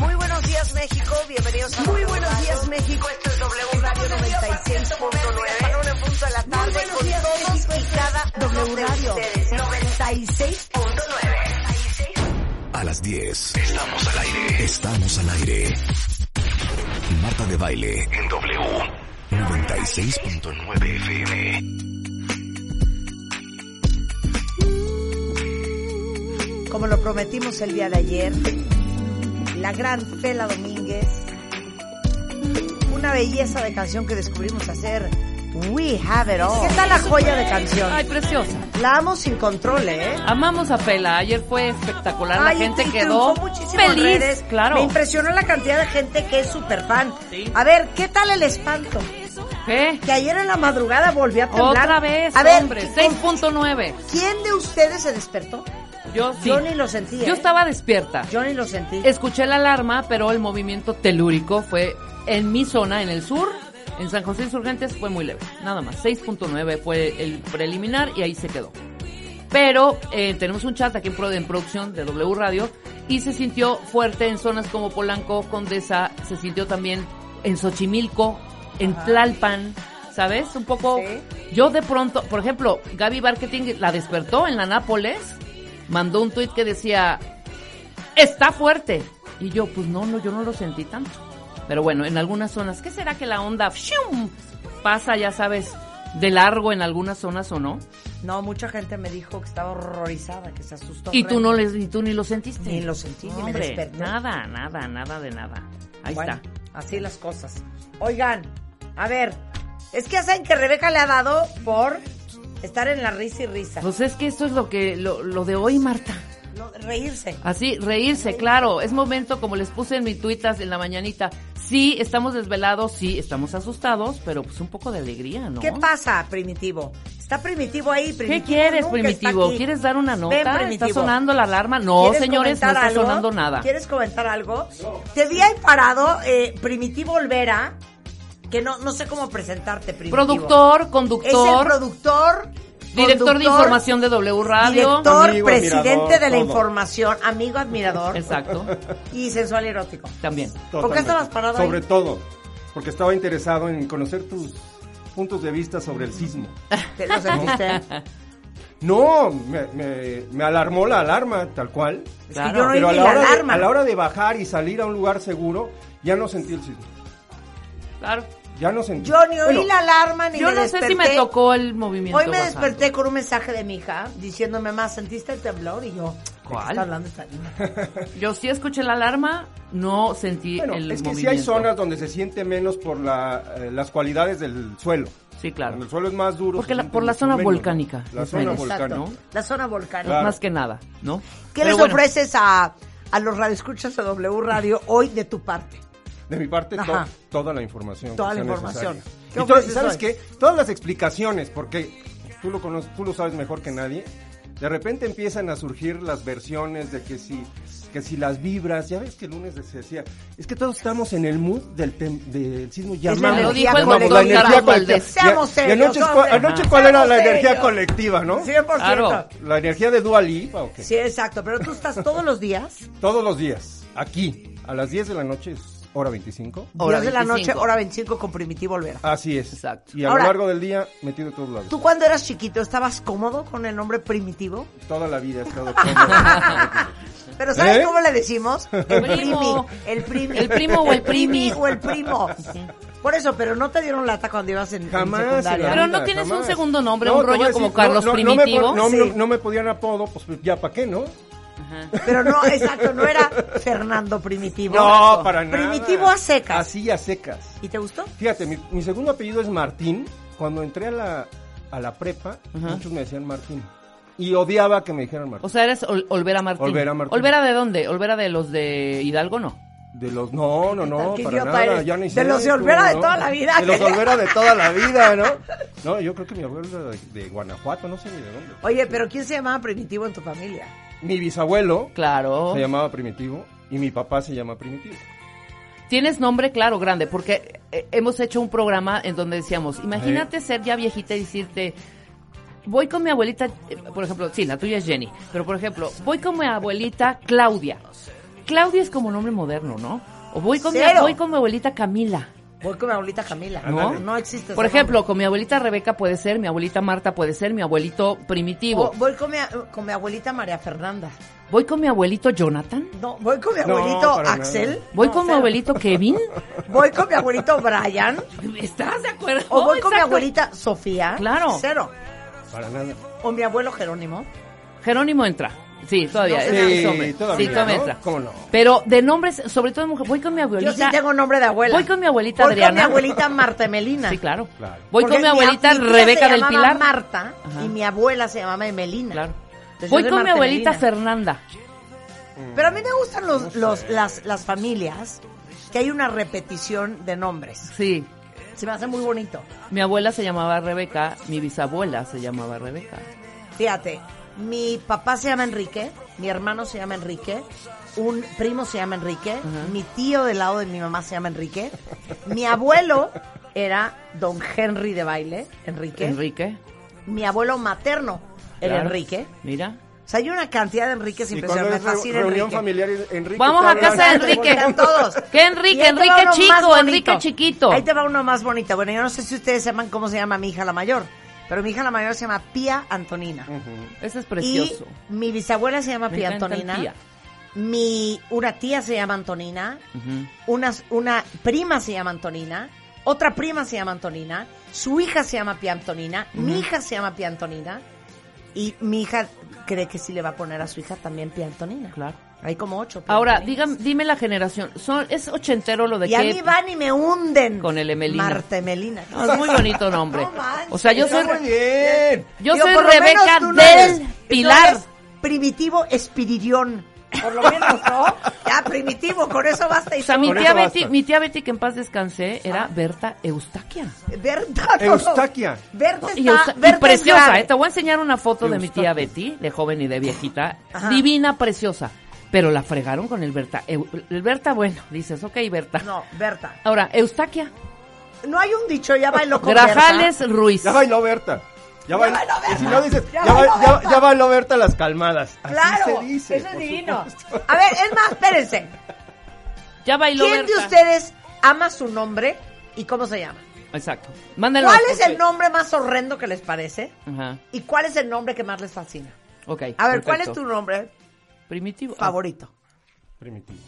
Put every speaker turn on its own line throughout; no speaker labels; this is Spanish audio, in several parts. Muy buenos días México, bienvenidos a Muy buenos días México, esto es W Radio 96.9 a una punto de la tarde con todos y cada W Radio 96.9
A las 10. Estamos al aire. Estamos al aire. Marta de baile en W. 96.9 FM.
Como lo prometimos el día de ayer, la gran Fela Domínguez, una belleza de canción que descubrimos hacer. We have it all. ¿Qué tal la joya de canción?
Ay, preciosa.
La amo sin control, ¿eh?
Amamos a Fela. Ayer fue espectacular.
Ay,
la gente
y
quedó
triunfó muchísimo en
feliz.
redes.
Claro.
Me impresionó la cantidad de gente que es súper fan.
Sí.
A ver, ¿qué tal el espanto?
¿Qué?
Que ayer en la madrugada volvió a temblar.
Otra vez,
A ver,
hombre.
¿qué- con-
6.9.
¿quién de ustedes se despertó?
Yo sí.
Yo ni lo sentí. ¿eh?
Yo estaba despierta.
Yo ni lo sentí.
Escuché la alarma, pero el movimiento telúrico fue en mi zona, en el sur. En San José Insurgentes fue muy leve, nada más. 6.9 fue el preliminar y ahí se quedó. Pero eh, tenemos un chat aquí en, pro- en producción de W Radio y se sintió fuerte en zonas como Polanco, Condesa, se sintió también en Xochimilco, en Tlalpan, ¿sabes? Un poco... Yo de pronto, por ejemplo, Gaby Marketing la despertó en la Nápoles, mandó un tuit que decía, está fuerte. Y yo, pues no, no, yo no lo sentí tanto. Pero bueno, en algunas zonas, ¿qué será que la onda ¡fium! pasa, ya sabes, de largo en algunas zonas o no?
No, mucha gente me dijo que estaba horrorizada, que se asustó.
Y tú no les, y tú ni lo sentiste.
Ni lo sentí, ni me
Hombre,
desperté.
Nada, nada, nada de nada. Ahí
Bueno,
está.
Así las cosas. Oigan, a ver, es que hacen que Rebeca le ha dado por estar en la risa y risa.
Pues es que esto es lo que, lo, lo de hoy, Marta.
No, reírse.
Así, reírse, claro. Es momento, como les puse en mis tuitas en la mañanita. Sí, estamos desvelados, sí, estamos asustados, pero pues un poco de alegría, ¿no?
¿Qué pasa, Primitivo? Está Primitivo ahí, Primitivo.
¿Qué quieres,
nunca está
Primitivo?
aquí.
¿Quieres dar una
Ven,
nota? ¿Está
Primitivo.
sonando la alarma? No,
¿Quieres
señores, no
comentar
está
algo?
sonando nada.
¿Quieres comentar algo? Te vi ahí parado, eh, Primitivo Olvera, que no, no sé cómo presentarte, Primitivo.
Productor,
Es el
conductor,
productor.
director de
conductor,
información de W Radio.
Director,
Amigo,
presidente de
admirador,
la
todo.
información, amigo admirador
Exacto,
y sensual y erótico.
también.
¿Por qué estabas parado
Sobre
ahí?
todo, porque estaba interesado en conocer tus puntos de vista sobre el sismo.
¿Te lo sentiste? Es
No, me, me- me alarmó la alarma, tal cual.
que
Claro.
yo no oí
Pero a
ni
la,
la
hora de-
alarma.
a la hora de bajar y salir a un lugar seguro, ya no sentí el sismo.
Claro.
Ya no sentí.
Yo ni oí
Bueno,
la alarma ni
Yo
me
no sé si me
desperté.
tocó el movimiento.
Hoy me
bajando.
desperté con un mensaje de mi hija diciéndome, más ¿sentiste el temblor? Y yo,
¿Cuál?
¿de qué está hablando esta niña?
Yo sí escuché la alarma, no sentí
Bueno,
el
es que sí
movimiento.
hay zonas donde se siente menos por la, eh, las cualidades del suelo.
Sí,
Cuando
claro.
el suelo es más duro.
Porque
se
la-
siente
por la
mucho
zona
menos, ¿no?
volcánica,
La
es
zona
menos.
volcánica.
Exacto.
La zona volcánica.
Claro.
Más que nada, ¿no?
¿Qué
Pero
les
bueno,
ofreces a, a los radioescuchas de W Radio hoy de tu parte?
De mi parte, to-
Ajá.
toda la información. que
Toda la
sea
información.
necesaria.
¿Qué
Y to-
ofreces
¿Sabes
hoy?
qué? Todas las explicaciones, porque tú lo, conoces, tú lo sabes mejor que nadie. De repente empiezan a surgir las versiones de que si, que si las vibras, ya ves que el lunes se decía, es que todos estamos en el mood del, tem- del sismo, llamamos,
lo dijo el
llamamos
doctor Carlos
colectiva.
Valdés.
Seamos
Y a- y
serios,
anoche es cua-
hombre.
anoche
Ajá.
cuál era
Seamos
la energía
serios.
colectiva, ¿no?
100%.
Claro.
La energía de Dua Lipa, ¿o qué?
Sí, exacto. Pero tú estás todos los días,
Todos los días, aquí, a las 10 de la noche, es hora 25.
Hora
10 de la
25.
noche, hora 25 con Primitivo Olvera.
Así es.
Exacto.
Y a
Ahora-
lo largo del día, metido de todos lados.
¿Tú cuando eras chiquito estabas cómodo con el nombre Primitivo?
Toda la vida he estado cómodo.
Pero ¿sabes
¿Eh?
cómo le decimos? El primi.
Primo.
El primi.
El primo o el primi.
o el primo. Por eso, pero no te dieron lata cuando ibas en, en
Jamás. en la
secundaria.
Pero no
vida,
tienes un
jamás.
segundo nombre, un
te voy a
rollo como Carlos
no, no me
Primitivo.
pon- No me,
Sí.
no me podían apodo, pues ya para qué, ¿no?
Ajá.
Pero no, exacto, no era Fernando Primitivo.
No, para nada.
Primitivo a secas.
Así a secas.
¿Y te gustó?
Fíjate, mi, mi segundo apellido es Martín. Cuando entré a la, a la prepa,
Ajá.
muchos me decían Martín. y odiaba que me dijeran
O
Martín.
sea, eres Ol- Olvera Martín.
Olvera Martín.
¿Olvera de dónde? ¿Olvera de los de Hidalgo? No.
De los, no, no, no,
Qué
para
idiota
nada,
eres.
ya ni
De
sé,
los de
¿cómo
Olvera de
no?
toda la vida.
De los de Olvera de toda la vida, ¿no? No, yo creo que mi abuelo era de, de Guanajuato, no sé ni de dónde.
Oye, pero ¿quién se llamaba primitivo en tu familia?
Mi bisabuelo
Claro.
se llamaba Primitivo y mi papá se llama Primitivo.
Tienes nombre, claro, grande, porque eh, hemos hecho un programa en donde decíamos, imagínate ser ya viejita y decirte, voy con mi abuelita, eh, por ejemplo, sí, la tuya es Jenny, pero por ejemplo, voy con mi abuelita Claudia. Claudia es como nombre moderno, ¿no? O voy con, mi,
Cero.
voy con mi abuelita Camila.
Voy con mi abuelita Camila.
¿No?
No existe. ese
Por ejemplo,
nombre.
con mi abuelita Rebeca puede ser, mi abuelita Marta puede ser, mi abuelito Primitivo.
O- voy con mi, con mi abuelita María Fernanda.
Voy con mi abuelito Jonathan.
No, voy con mi
No,
abuelito
para
Axel.
nada.
Voy
No,
con mi
cero.
abuelito Kevin.
Voy con mi abuelito Brian.
¿Estás de acuerdo?
O voy con mi
Oh, Exacto.
abuelita Sofía.
Claro.
Cero.
Para nada.
O mi abuelo Jerónimo.
Jerónimo entra. Sí, todavía.
Pues No,
es-
sí,
es hombre.
todavía,
Sí, todavía
¿no?
entra.
¿Cómo no?
Pero de nombres, sobre todo de mujer, voy con mi abuelita.
Yo sí tengo nombre de abuela.
Voy con mi abuelita
Voy
Adriana.
con mi abuelita Marta Emelina.
Sí, claro.
Claro.
Voy
Porque
con mi abuelita
mi tía
Rebeca
se
del
llamaba
Pilar.
Marta
Ajá.
y mi abuela se llamaba Emelina.
Claro.
Entonces,
Voy
yo soy
con mi
Marta
abuelita
Emelina.
Fernanda.
Pero a mí me gustan los, los, las, las familias que hay una repetición de nombres.
Sí.
Se me hace muy bonito.
Mi abuela se llamaba Rebeca, mi bisabuela se llamaba Rebeca.
Fíjate, mi papá se llama Enrique, mi hermano se llama Enrique, un primo se llama Enrique, mi tío del lado de mi mamá se llama Enrique, mi abuelo era don Henry de baile, Enrique,
Enrique.
mi abuelo materno era
claro.
Enrique.
Mira.
O sea, hay una cantidad de Enriques
Y cuando
impresionante.
es
Me fascina
re- reunión
Enrique.
familiar, Enrique
Vamos
está
a casa de
hablando.
Enrique.
Voltean todos.
¿Qué
Y
Enrique?
ahí te va
Enrique
uno más
chico,
bonito.
Enrique chiquito.
Ahí te va uno más bonito. Bueno, yo no sé si ustedes sepan cómo se llama mi hija la mayor, pero mi hija la mayor se llama Pía Antonina.
Ese es precioso.
Y mi bisabuela se llama
Me
Pía
encanta el
Antonina.
Pía.
Mi, una tía se llama Antonina.
Ujú.
Una, una prima se llama Antonina. Otra prima se llama Antonina. Su hija se llama Pía Antonina. Mi hija se llama Pía Antonina. Y mi hija cree que sí le va a poner a su hija también Pía Antonina.
Claro.
Hay como ocho. Pía
Ahora,
Antoninas.
dígame, dime la generación. Son, es ochentero lo de
pues. Y a
que-
mí van y me hunden.
Con el Emelina.
Marta Emelina.
No, es muy bonito nombre.
No manches.
o sea, yo soy,
Está muy bien.
yo
Digo,
soy
por lo menos
Rebeca
tú no eres-
del
tú no
Pilar.
eres primitivo espiridión. Por lo menos, ¿no? Ya, primitivo, con eso basta. Ah. Y
O sea, mi
Con
tía,
eso
Betty,
basta.
mi tía Betty, que en paz descansé, era Berta Eustaquia.
Berta. no.
Eustaquia.
Berta
Y,
está,
Eusta- y
Berta es
preciosa,
grave.
¿eh? te voy a enseñar una foto de mi tía
Eustaquia.
Betty, de joven y de viejita,
Ajá.
divina, preciosa, pero la fregaron con el Berta. Eu- el Berta, bueno, dices, ok, Berta.
No, Berta.
Ahora, Eustaquia,
No hay un dicho, ya bailó con
Grajales Ruiz.
Ya bailó Berta. Ya bailó.
bailó Berta.
Y si no dices,
Ya
ya,
bailó
ba- ya-
Berta.
ya bailó Berta las calmadas.
Berta.
Así
Claro,
se dice.
eso es
por
divino.
supuesto.
A ver, es más, espérense.
Ya bailó
¿Quién de
Berta.
ustedes ama su nombre y cómo se llama?
Exacto. Mándalo.
¿Cuál es el
nombre?
nombre más horrendo que les parece?
Ajá.
¿Y cuál es el nombre que más les fascina?
Ok.
A ver, ¿cuál es
perfecto.
tu nombre
primitivo? Ah,
favorito?
Primitivo.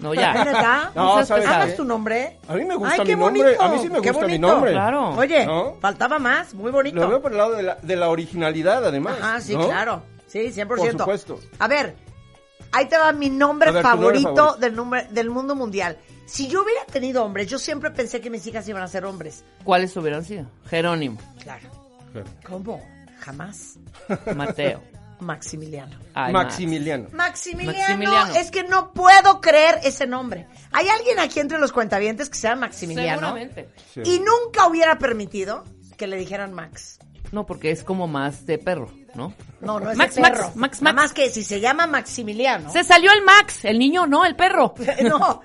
No,
¿Es
ya.
¿Verdad?
No,
O sea,
¿sabes
¿Amas
qué?
tu nombre?
A mí me gusta
Ay, qué
mi nombre,
bonito,
a mí sí me
qué
gusta mi
bonito.
nombre.
Claro.
Oye,
¿No?
faltaba más, muy
Lo veo
bonito.
por el lado de la, de la originalidad, además.
Ajá, sí,
¿no?
claro. Sí, 100%.
Por supuesto.
A ver, ahí te va mi nombre
A ver, tu nombre
favorito
favorito.
del, nombre- del mundo mundial. Si yo hubiera tenido hombres, yo siempre pensé que mis hijas iban a ser hombres.
¿Cuáles hubieran sido? Jerónimo,
Claro.
Claro.
¿Cómo? Jamás.
Mateo.
Maximiliano.
Ay,
Maximiliano.
Maximiliano,
Maximiliano.
es que no puedo creer ese nombre. Hay alguien aquí entre los cuentavientes que sea
Max.
Maximiliano
Seguramente.
Sí.
y nunca hubiera permitido que le dijeran Max.
No, porque es como más de perro, ¿no?
No, no es
Max,
de
Max,
perro.
Max, Max.
Nada más que si se llama Maximiliano,
Se salió el Max, el niño, no, el perro.
no,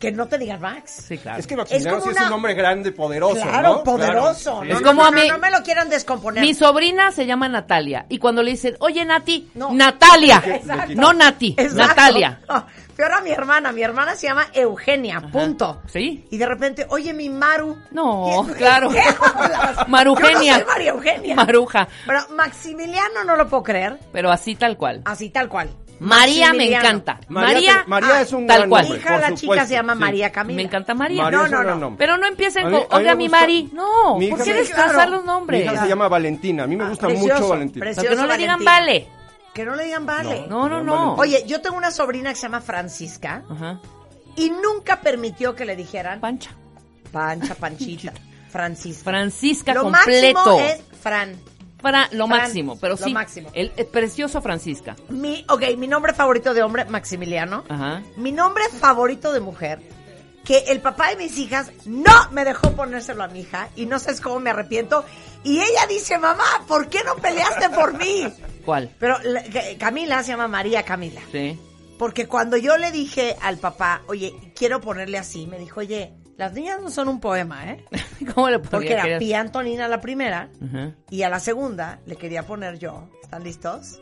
que no te digan Max.
Sí, claro.
Es que Maximiliano
Es
sí
como
es un
una-
hombre grande, poderoso.
claro,
¿no?
poderoso.
Claro.
No,
Es
no,
como
no,
a mí-
no, no me lo quieran descomponer.
Mi sobrina se llama Natalia y cuando le dicen, oye Nati,
No.
Natalia,
Exacto.
no Nati,
Exacto.
Natalia.
No, peor a mi hermana. Mi hermana se llama Eugenia, punto.
Sí.
Y de repente, oye, mi Maru.
No,
¿Qué-
claro.
¿qué hablas? Yo
Marugenia.
no soy María Eugenia.
Maruja.
Pero Maximiliano no lo puedo creer.
Pero así tal cual.
Así tal cual.
María me
Maximiliano.
encanta. María,
María, se- María
ah,
es un
tal
gran
cual.
Mi
nombre,
hija,
por
la
supuesto,
chica, se llama
sí.
María Camila.
me encanta María.
María
No,
es
no,
un gran
no.
nombre.
Pero no empiecen
A mí-
con,
a mí
oiga
me
mi
gusta-
Mari. No,
Mi
¿por
hija
qué
se-
destrozar
claro.
los
Mi
nombres? Ah,
hija se llama Valentina. A mí me gusta
precioso,
mucho Valentina.
precioso.
Porque no le digan
Valentina.
vale.
Que no le digan vale.
No, no,
Gran
no.
Valentina.
Oye, yo tengo una sobrina que se llama Francisca
Ajá.
y nunca permitió que le dijeran
Pancha.
Pancha, Panchita, Francisca.
Francisca
Lo
completo.
máximo es Fran.
Fra- lo
Fran,
máximo, pero
lo
sí.
máximo.
El, el precioso Francisca.
Mi, ok, mi nombre favorito de hombre, Maximiliano.
Ajá.
Mi nombre favorito de mujer, que el papá de mis hijas no me dejó ponérselo a mi hija y no sabes cómo me arrepiento. Y ella dice, mamá, ¿por qué no peleaste por mí?
¿Cuál?
Pero la- que- Camila se llama María Camila.
Sí.
Porque cuando yo le dije al papá, oye, quiero ponerle así, me dijo, oye, las niñas no son un poema, ¿eh?
¿Cómo le
Porque
podría
era
querer?
Pía Antonina la primera
Ajá.
y a la segunda le quería poner yo. ¿Están listos?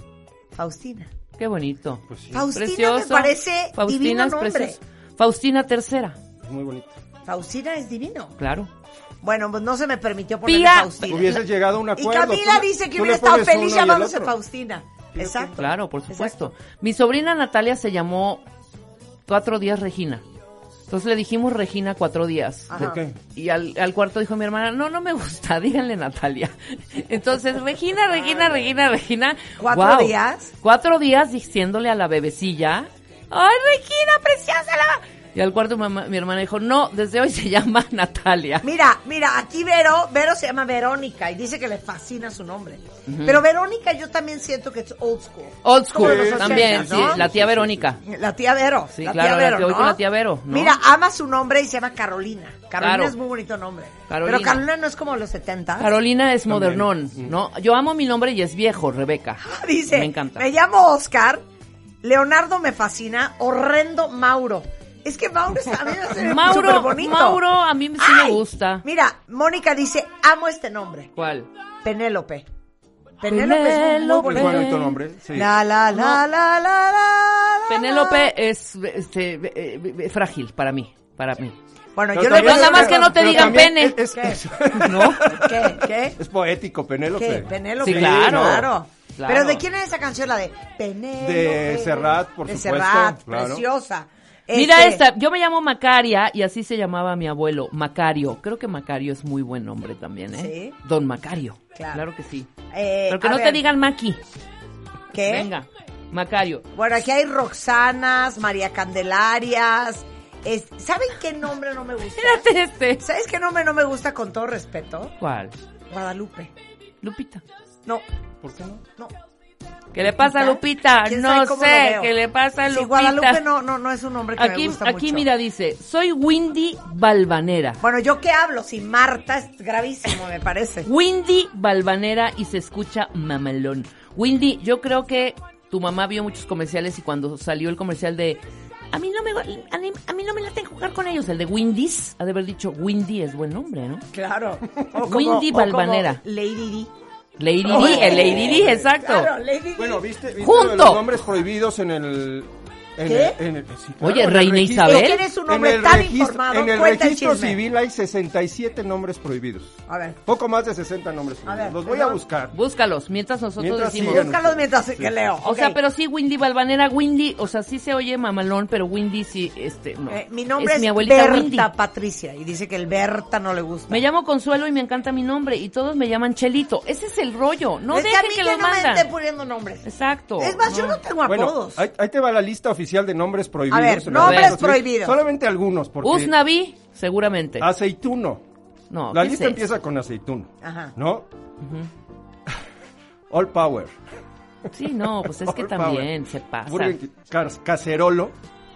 Faustina.
Qué bonito.
Pues sí,
Faustina
Precioso.
me parece divino
es
nombre.
precioso. Faustina tercera,
es muy bonito.
Faustina es divino.
claro.
Bueno, pues no se me permitió ponerle
Pía-
Faustina.
Hubieses llegado a un
Y
acuerdo.
Camila
tú-
dice que
tú
hubiera
le
estado
pones uno
feliz
y el
llamándose
otro.
Faustina. Exacto.
Claro, por supuesto. Mi sobrina Natalia se llamó cuatro días Regina. Entonces le dijimos Regina cuatro días.
Ajá.
¿Por qué?
Y al, al cuarto dijo mi hermana, no, no me gusta, díganle Natalia. Entonces, Regina, Regina, Regina, Regina.
¿Cuatro
Guau.
días?
Cuatro días diciéndole a la bebecilla, ¡ay, Regina, preciosa! la va-". Y al cuarto mamá- mi hermana dijo, no, desde hoy se llama Natalia.
Mira, mira, aquí Vero, Vero se llama Verónica y dice que le fascina su nombre. Pero Verónica yo también siento que es old school.
Old
Como
school,
los ochentas,
también,
¿no?
sí, la tía Verónica.
La tía Vero.
Sí,
la
claro,
tía
la
Vero,
que voy
¿no?
con la tía Vero, ¿no?
Mira, ama su nombre y se llama Carolina. Carolina
Claro.
es muy bonito nombre.
Carolina.
Pero Carolina no es como los 70.
Carolina es modernón, ¿no? Yo amo mi nombre y es viejo, Rebeca.
Ah, Dice,
Me encanta.
llamo Oscar, Leonardo me fascina, horrendo Mauro. Es que Mauro es también
Mauro,
bonito.
Mauro, a mí sí me gusta.
Mira, Mónica dice, amo este nombre,
¿Cuál?
Penélope. Penélope es muy
Penélope.
Es
bonito.
bonito nombre. Sí.
La, la, la, la, la, la, la.
Penélope es este, eh, eh, frágil para mí, para mí.
Bueno,
Pero
yo le
también-
voy a...
Nada más que no te
pero
digan
también
pene.
Es, es-
¿Qué?
¿No?
¿Qué? ¿Qué?
es poético, Penélope.
¿Qué? Penélope.
Sí, claro.
claro.
Claro.
Pero ¿de quién es esa canción? La de Penélope.
De Serrat, por
de
supuesto,
Serrat,
claro.
preciosa.
Mira
Este,
esta, yo me llamo Macaria y así se llamaba mi abuelo, Macario. Creo que Macario es muy buen nombre también, ¿eh?
Sí.
Don Macario.
Claro.
Claro, que sí.
Eh,
Pero que
a
no te
ver,
digan Maki.
¿Qué?
Venga, Macario.
Bueno, aquí hay Roxanas, María Candelarias. es- ¿Saben qué nombre no me gusta?
Espérate este.
¿Sabes qué nombre no me gusta con todo respeto?
¿Cuál?
Guadalupe.
Lupita.
No,
¿Por qué no?
no.
¿Qué le pasa a Lupita?
¿Quién sabe
No
cómo lo
sé,
veo?
¿qué le pasa a
Sí,
Lupita?
Guadalupe no, no, no es un nombre que me
Aquí,
gusta
aquí
mucho.
mira, dice, soy Windy Balvanera.
Bueno, ¿yo qué hablo? Si Marta es gravísimo, me parece.
Windy Balvanera y se escucha mamalón. Windy, yo creo que tu mamá vio muchos comerciales y cuando salió el comercial de a mí no me gu- a mí, a mí no me laten jugar con ellos, el de Windy's, ha de haber dicho Windy es buen nombre, ¿no?
Claro. O
Windy
o como
Balvanera.
Lady
Lady
D.
D, el Lady D, exacto.
Oh, Claro, Lady D.
Bueno, viste, viste
¡Junto!
lo de los nombres prohibidos en el. En
¿Qué?
el- en el- sí, claro,
Oye,
en el
Reina
registro-
Isabel.
Tú que eres un hombre
en el
tan
registro-
informado,
En el
cuenta el
registro
chisme.
civil hay 67 nombres prohibidos.
A ver.
Poco más de 60 nombres prohibidos.
ver,
Los voy a
perdón.
buscar.
Búscalos, mientras nosotros
Mientras
decimos.
sigan.
Búscalos mientras que leo.
O sea,
Ok.
pero sí, Windy Balvanera, Windy, o sea, sí se oye mamalón, pero Windy sí, este, no.
Eh, mi nombre es,
mi abuelita
Berta
Windy.
Patricia y dice que el Berta no le gusta.
Me llamo Consuelo y me encanta mi nombre y todos me llaman Chelito. Ese es el rollo. No
es que
dejen
a
que,
mí
los
no me
mandan.
esté poniendo nombres.
Exacto.
Es más, yo
no.
no tengo apodos.
ahí, ahí te va la lista oficial de nombres prohibidos.
A ver,
en el
nombres
registro civil.
prohibidos.
Solamente algunos, porque
Usnavi, seguramente.
aceituno.
no,
la
¿qué
lista
es
empieza con aceituno.
Ajá.
¿No? All Power.
eso? Sí, no, pues es que
All Power.
también se pasa.
Burger King. Cas- Cacerolo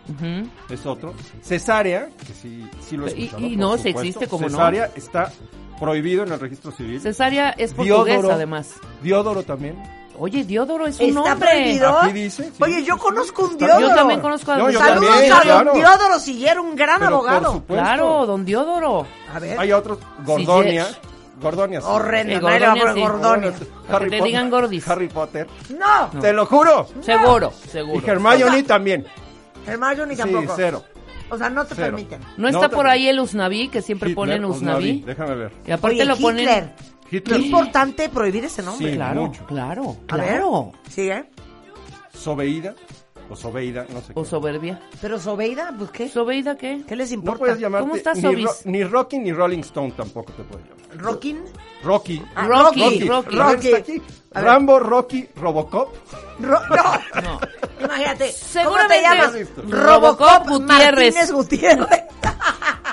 Ujú.
es otro. Cesárea, que sí, sí lo he
Y-
escuchado,
y
por
no, se
supuesto.
existe, ¿cómo no?
Cesárea está prohibido en el registro civil.
Cesárea es
Diodoro.
portugués, además.
Diodoro también.
Oye, Diodoro es un
¿Está
nombre.
prohibido?
Aquí dice, sí,
Oye,
sí,
yo
sí.
conozco un
Está-
Diodoro.
Yo también conozco a
No,
don
yo
Saludos
también,
a
claro.
don Diodoro Siguiera, un gran
Pero por
abogado.
supuesto.
Claro, don Diodoro.
A ver.
Hay otros. Gordonia. Gordonia. sí.
Horrendo,
Eh,
nadie le va a poner
Gordonia,
Gordonia.
Gordonia.
Que te digan gordis.
Harry Potter.
No,
Te lo juro.
Seguro, seguro.
Y Hermione también.
hermano, yo ni
Sí,
tampoco.
cero.
O sea, no te
Cero.
permiten.
¿No
No,
está por
también.
ahí el Usnavi, que siempre
Hitler, pues,
ponen Usnavi?
Déjame ver.
Y aparte
Oye,
lo ponen...
Hitler. Qué
Hitler.
importante prohibir ese nombre.
Sí,
Claro,
mucho.
claro,
A ver. ¿eh?
claro.
Sigue.
Sobeida. O Sobeida, no sé.
O
qué.
soberbia.
Pero Sobeida, pues qué.
¿Sobeida qué?
¿Qué les
No
importa?
puedes llamarte
¿Cómo estás,
ni,
Sobis?
Ro- ni Rocky ni Rolling Stone tampoco te puedes llamar.
Rockin.
Rocky.
Ah,
Rocky,
Rocky.
Rocky.
Rocky. está aquí.
A ver.
Rambo, Rocky, Robocop.
Ro- no.
No.
Imagínate. ¿Cómo te
Seguramente
llamas?
es
Robocop
Robocop Gutiérrez.
Martínez Gutiérrez.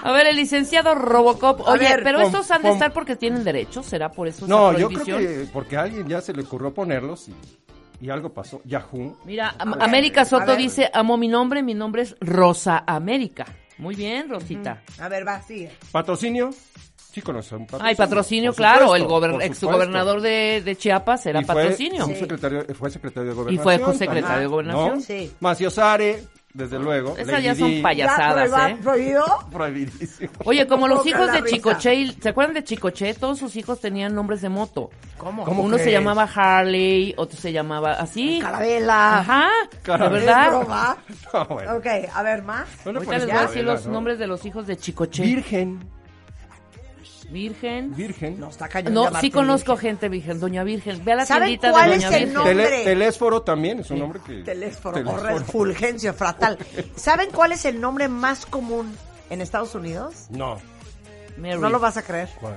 A ver, el licenciado Robocop.
A
Oye,
ver,
pero
pom-
estos han de
pom-
estar porque tienen derechos, ¿será por eso? esa
No, yo creo
prohibición?
que porque a alguien ya se le ocurrió ponerlos y, y algo pasó. Yahoo.
Mira, Am-
ver,
América
a
Soto
ver.
dice, amo mi nombre, mi nombre es Rosa América. Muy bien, Rosita.
A ver, va, sigue.
¿Patrocinio? Sí, conoce un patrocinio.
Ay, patrocinio,
por
claro.
supuesto,
el gober-
por
exgobernador
supuesto.
de, de Chiapas era
Y fue-
patrocinio.
Fue secretario, eh, fue secretario de
Y
gobernación.
fue secretario de
también,
gobernación. Ah,
¿no?
Sí.
Maciosare, desde luego.
Esas
Lady
ya son
Di,
payasadas,
¿Ya, pero
¿eh?
va prohibido?
prohibidísimo.
Oye, como los
Poca
hijos
la
de
risa.
Chicoche, y- ¿se acuerdan de Chicoche? Todos sus hijos tenían nombres de moto.
¿Cómo?
¿Cómo
Uno se
crees?
llamaba Harley, otro se llamaba así.
Carabela.
Ajá, de
Ah,
Carabela.
¿Es
verdad.
broma?
No, bueno.
Ok, a ver, más.
Bueno,
Ahorita les
pues,
voy
ya.
a decir los
¿no?
nombres de los hijos de Chicoche.
Virgen.
Virgen.
Virgen.
No, está cañón.
No,
llamarte
sí conozco
virgen.
gente virgen, Doña Virgen. Ve a la
¿Saben
tiendita
cuál
de
es
Doña
el
Virgen.
nombre?
Tele- telésforo también es un nombre que.
Telésforo, o refulgencio fratal. ¿Saben cuál es el nombre más común en Estados Unidos?
No.
Mary.
No lo vas a creer.
¿Cuál?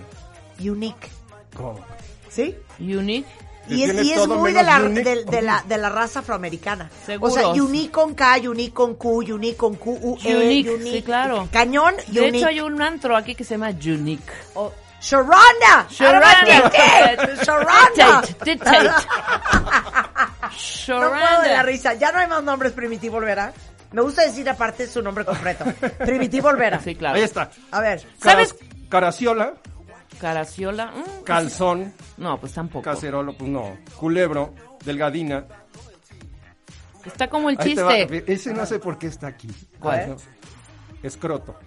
Unique.
¿Cómo?
¿sí?
Unique.
Y es,
Tiene
y es
todo
muy de
menos
la,
unique.
del- de, la, de la raza afroamericana.
Seguro.
O sea, unique con K, unique con Q, unique con Q, U, E,
Unique, sí, claro.
Cañón, Oh.
De
unique.
hecho, hay un antro aquí que se llama Unique.
O- Sharonda.
Sharonda.
Sharonda. Sharonda.
Dictate, dictate.
No puedo de la
Sharonda.
risa. Ya no hay más nombres Primitivo Olvera. Me gusta decir aparte su nombre completo. Primitivo Olvera.
Sí,
Ahí
claro.
está.
A ver.
¿Sabes?
Caras- Caraciola,
Caraciola. mm,
calzón,
No, pues tampoco.
cacerolo, pues no. Culebro, delgadina.
Está como el
Ahí te va.
chiste.
Ese no sé por qué está aquí.
¿Cuál?
Ah, no. Escroto.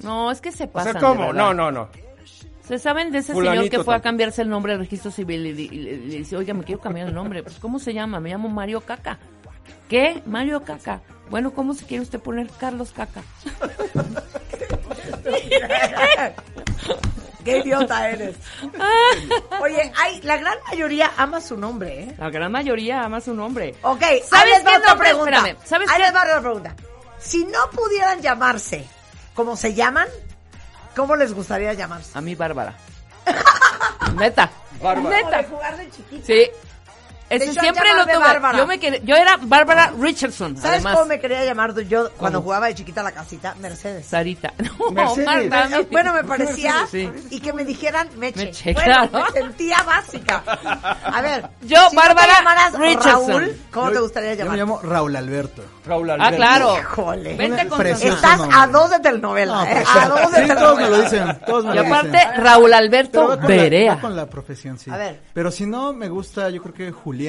No, es que se
O
pasan.
sea, ¿cómo?
de verdad.
No, no, no.
¿Se saben de ese señor
Fulanito
que fue a
tal.
cambiarse el nombre al registro civil y, di- y le, le dice, oiga, me quiero cambiar el nombre? Pues, ¿cómo se llama? Me llamo Mario Caca. ¿Qué? Mario Caca. Bueno, ¿cómo se quiere usted poner Carlos Caca?
Qué idiota eres. Oye, ay, la gran mayoría ama su nombre, ¿eh?
La gran mayoría ama su nombre.
Ok, ahí
¿Sabes
les va
qué
otra
nombre?
pregunta.
Espérame, ¿sabes
ahí
qué?
les va otra pregunta. Si no pudieran llamarse como se llaman, ¿cómo les gustaría llamarse?
A mí, Bárbara. Neta.
Bárbara.
Como de
Ah, Neta.
jugar de chiquito.
Sí. Ese
De hecho,
siempre lo
llamarme
tuve.
Bárbara.
Yo, me quedé- yo era Bárbara Richardson.
¿Sabes
además.
cómo me quería llamar yo cuando jugaba de chiquita a la casita? Mercedes.
Sarita. No,
Mercedes.
Marta,
Eh,
mi-
Bueno, me parecía.
Sí.
Y que me dijeran meche.
Meche,
bueno,
claro.
me sentía básica. A ver.
Yo,
si no te
Bárbara
llamaras
Richardson.
Raúl, ¿cómo te gustaría
Yo me
llamar?
llamo Raúl Alberto.
Raúl
Ah,
Alberto.
claro.
Híjole.
Vente con
Precioso.
Santana.
Estás a dos de telenovela.
No,
¿eh?
pues,
A dos de
sí, todos me lo
telenovela.
dicen. Todos me
Y
lo
aparte,
dicen.
Raúl
Pero
Alberto
va con la-
Perea.
va con la profesión, sí.
A ver.
Pero si no, me gusta, yo creo que Julián.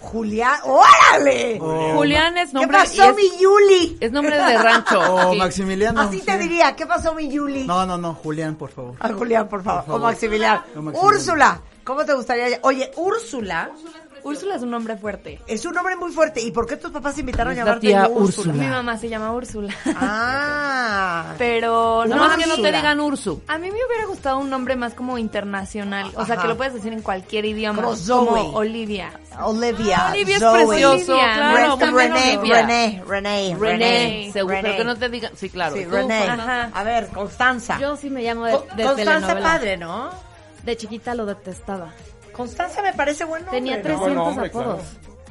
Julián, órale.
o-
Julián es
¿Qué
nombre y
pasó,
es,
mi Yuli?
es nombre de rancho.
O
Sí.
Maximiliano.
Ah, Así te
sí.
diría, ¿qué pasó, mi Yuli?
No, no, no, Julián, por favor.
A Julián, por favor. O Maximiliano.
O Maximiliano.
Úrsula, ¿cómo te gustaría? ll- Oye, Úrsula
Úrsula es un nombre fuerte.
es un nombre muy fuerte. ¿Y por qué tus papás invitaron a
Es la
llamarte
tía
Úrsula?
Úrsula.
Mi mamá se llama Úrsula.
Ah.
Pero
No
no,
más que no te
Úrsula.
digan Ursu.
a mí me hubiera gustado un nombre más como internacional. O sea,
Ajá.
que lo puedes decir en cualquier idioma.
Como Zoe.
Como Olivia.
Olivia.
Ah, Olivia es
Zoe.
precioso,
Olivia.
claro.
Re-
también
René,
Olivia.
René, René, René,
René,
seguro, pero que no
René.
te digan. Sí, claro.
Sí,
Tú,
René.
Juana.
Ajá.
A ver, Constanza.
Yo sí me llamo de,
Con-
de
Ah. Constanza
telenovela.
padre, ¿no?
De chiquita lo detestaba.
Constanza me parece buen nombre.
Tenía
¿no?
300
No, no, hombre,
apodos.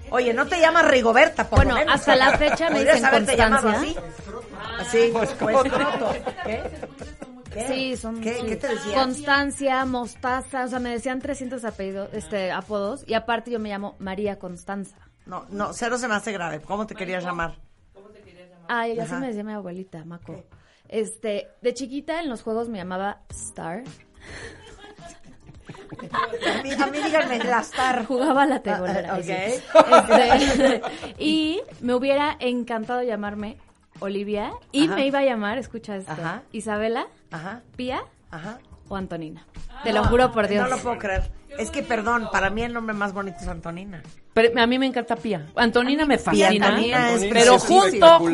Oye, no te llamas Rigoberta, por
Bueno,
lo menos.
hasta la fecha me
Podrías
dicen
haberte llamado
Constancia.
así. Así, pues escroto. ¿Qué? ¿Qué?
Sí, son
¿Qué,
sí.
¿Qué te decía?
Constancia, Mostaza, o sea, me decían 300 apellidos, este, apodos y aparte yo me llamo María Constanza.
No, no, cero se me hace grave. ¿Cómo te querías llamar?
Ay, así
Ajá.
me decía mi abuelita, Maco. Este, de chiquita en los juegos me llamaba Star.
A mí, a mí díganme, la Star.
Jugaba a la tegolera.
Ah, ah,
ahí sí.
ok.
Este, y me hubiera encantado llamarme Olivia y
Ajá.
me iba a llamar, escucha esto,
Ajá.
Isabela,
Ajá,
Pía
ajá.
o Antonina. Te lo juro por Dios.
Ah, No lo puedo creer. Es que, perdón, para mí el nombre más bonito es Antonina.
Pero a mí me encanta Pía. Antonina me
Pía
fascina.
Antonina es
Antonina
pero
preciosa.
junto,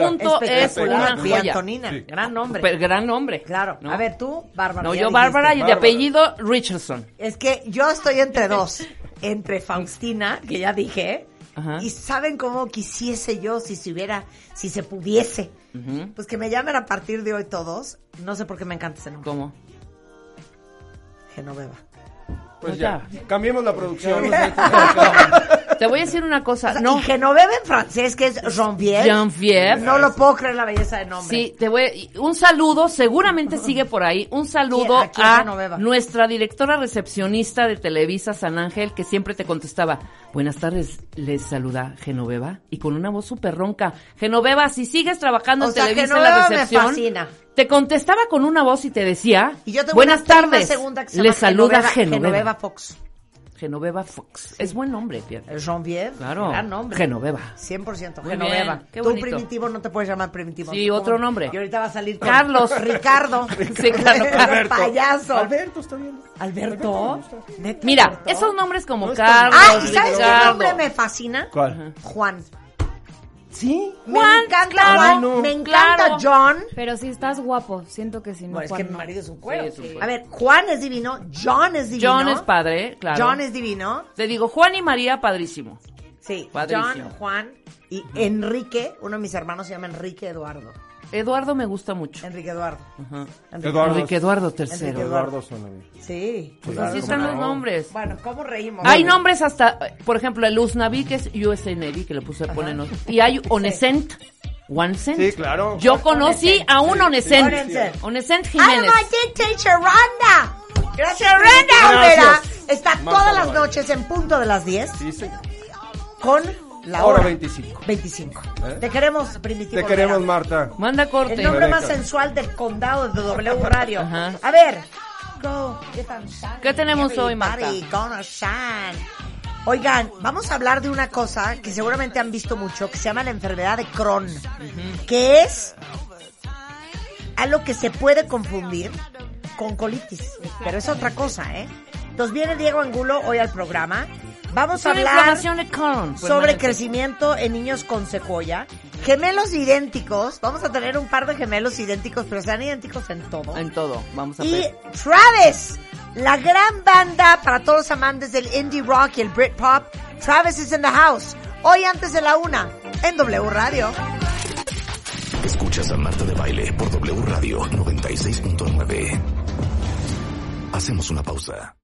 Espectacular.
junto es una
Espectacular. Pía
joya.
Antonina,
Sí.
gran nombre.
Pero gran nombre.
claro.
¿no?
A ver, tú, Bárbara.
No,
ya
yo
dijiste.
Bárbara y de
Bárbara.
apellido Richardson.
Es que yo estoy entre dos. Entre Faustina, que ya dije,
Ajá.
y saben cómo quisiese yo si se hubiera, si se pudiese.
Ujú.
Pues que me llamen a partir de hoy todos. No sé por qué me encanta ese nombre.
¿Cómo?
Genoveva.
Pues
No,
ya. Cambiemos la producción.
Te voy a decir una cosa. No,
Y Genoveva en francés, que es Jean-Pierre.
Jean-Pierre.
No lo puedo creer la belleza de nombre.
Sí, te voy. Un saludo, seguramente sigue por ahí. Un saludo
¿A quién?
a,
¿A Noveva?
nuestra directora recepcionista de Televisa San Ángel, que siempre te contestaba. Buenas tardes, les saluda Genoveva y con una voz súper ronca. Genoveva, si sigues trabajando
O
en
sea,
Televisa en la
Genoveva me
recepción,
fascina.
te contestaba con una voz y te decía.
Y yo tengo
Buenas
una prima
tardes,
segunda que se
les
llama
saluda
Genoveva,
Genoveva.
Genoveva
Genoveva,
Fox.
Fox. Es buen nombre, Pierre.
Jean-Pierre.
Claro.
Gran nombre.
Genoveva.
100%
Muy
Genoveva.
bien, qué
Tú
bonito.
primitivo no te puedes llamar primitivo.
Sí,
Así como-
otro nombre.
Y ahorita va a salir con-
Carlos.
Ricardo.
Sí, claro.
Eres payaso.
Alberto está bien.
Alberto. ¿Neta,
Mira,
Alberto?
esos nombres como
No está mal.
Carlos,
Ay, Ah, ¿sabes qué
Ricardo.
nombre me fascina?
¿Cuál?
Juan.
¿Sí?
me
Juan,
encanta
claro,
Juan.
no.
Me encanta
Claro.
John.
Pero si estás guapo, siento que si no.
No, es
Juan,
que mi
no.
marido es un cuero.
Sí, es un cuero.
A ver, Juan es divino, John es divino.
John es padre, claro.
John es divino.
Te digo, Juan y María, padrísimo.
Sí,
Padrísimo.
John, Juan y Enrique, uno de mis hermanos se llama Enrique Eduardo.
Eduardo me gusta mucho.
Enrique Eduardo.
Ajá.
Enrique
Eduardo.
Enrique Eduardo III.
Enrique
Eduardo suena bien.
Sí.
Pues así están los nombres.
Bueno, ¿cómo reímos?
Hay nombres hasta, eh, por ejemplo, el Uznavi, que es USA Navy, que le puse
Ajá.
ponen. Y hay Onecent. One cent.
Sí, claro.
Yo conocí a un Onecent.
Onecent.
Onecent
¡Ay,
Jiménez.
my teacher, Randa! Gracias, Randa Olvera.
Gracias.
Está
Marta
todas las
Lavalleja.
noches en punto de las 10
Sí, señor.
con la
Hora
hora
25.
25.
¿Eh?
Te queremos, Primitivo.
Te queremos,
Olvera.
Marta.
Manda corte.
El nombre
Rebeca.
más sensual del condado de W Radio.
Ajá.
A ver. Go, get on shine,
¿Qué tenemos hoy, Marta?
everybody gonna shine. Oigan, vamos a hablar de una cosa que seguramente han visto mucho, que se llama la enfermedad de Crohn, que es algo que se puede confundir con colitis, pero es otra cosa, ¿eh? Entonces viene Diego Angulo hoy al programa. Vamos
Es
a
una
hablar
inflamación de Pues, Crohn.
sobre
permanente.
crecimiento en niños con secuoya. Gemelos idénticos. Vamos a tener un par de gemelos idénticos, pero sean idénticos en todo.
En todo. Vamos a
Y
ver.
Travis, la gran banda para todos los amantes del indie rock y el Britpop. Travis is in the house. Hoy antes de la una, en W Radio.
Escuchas a Marta de Baile por W Radio 96.9. Hacemos una pausa.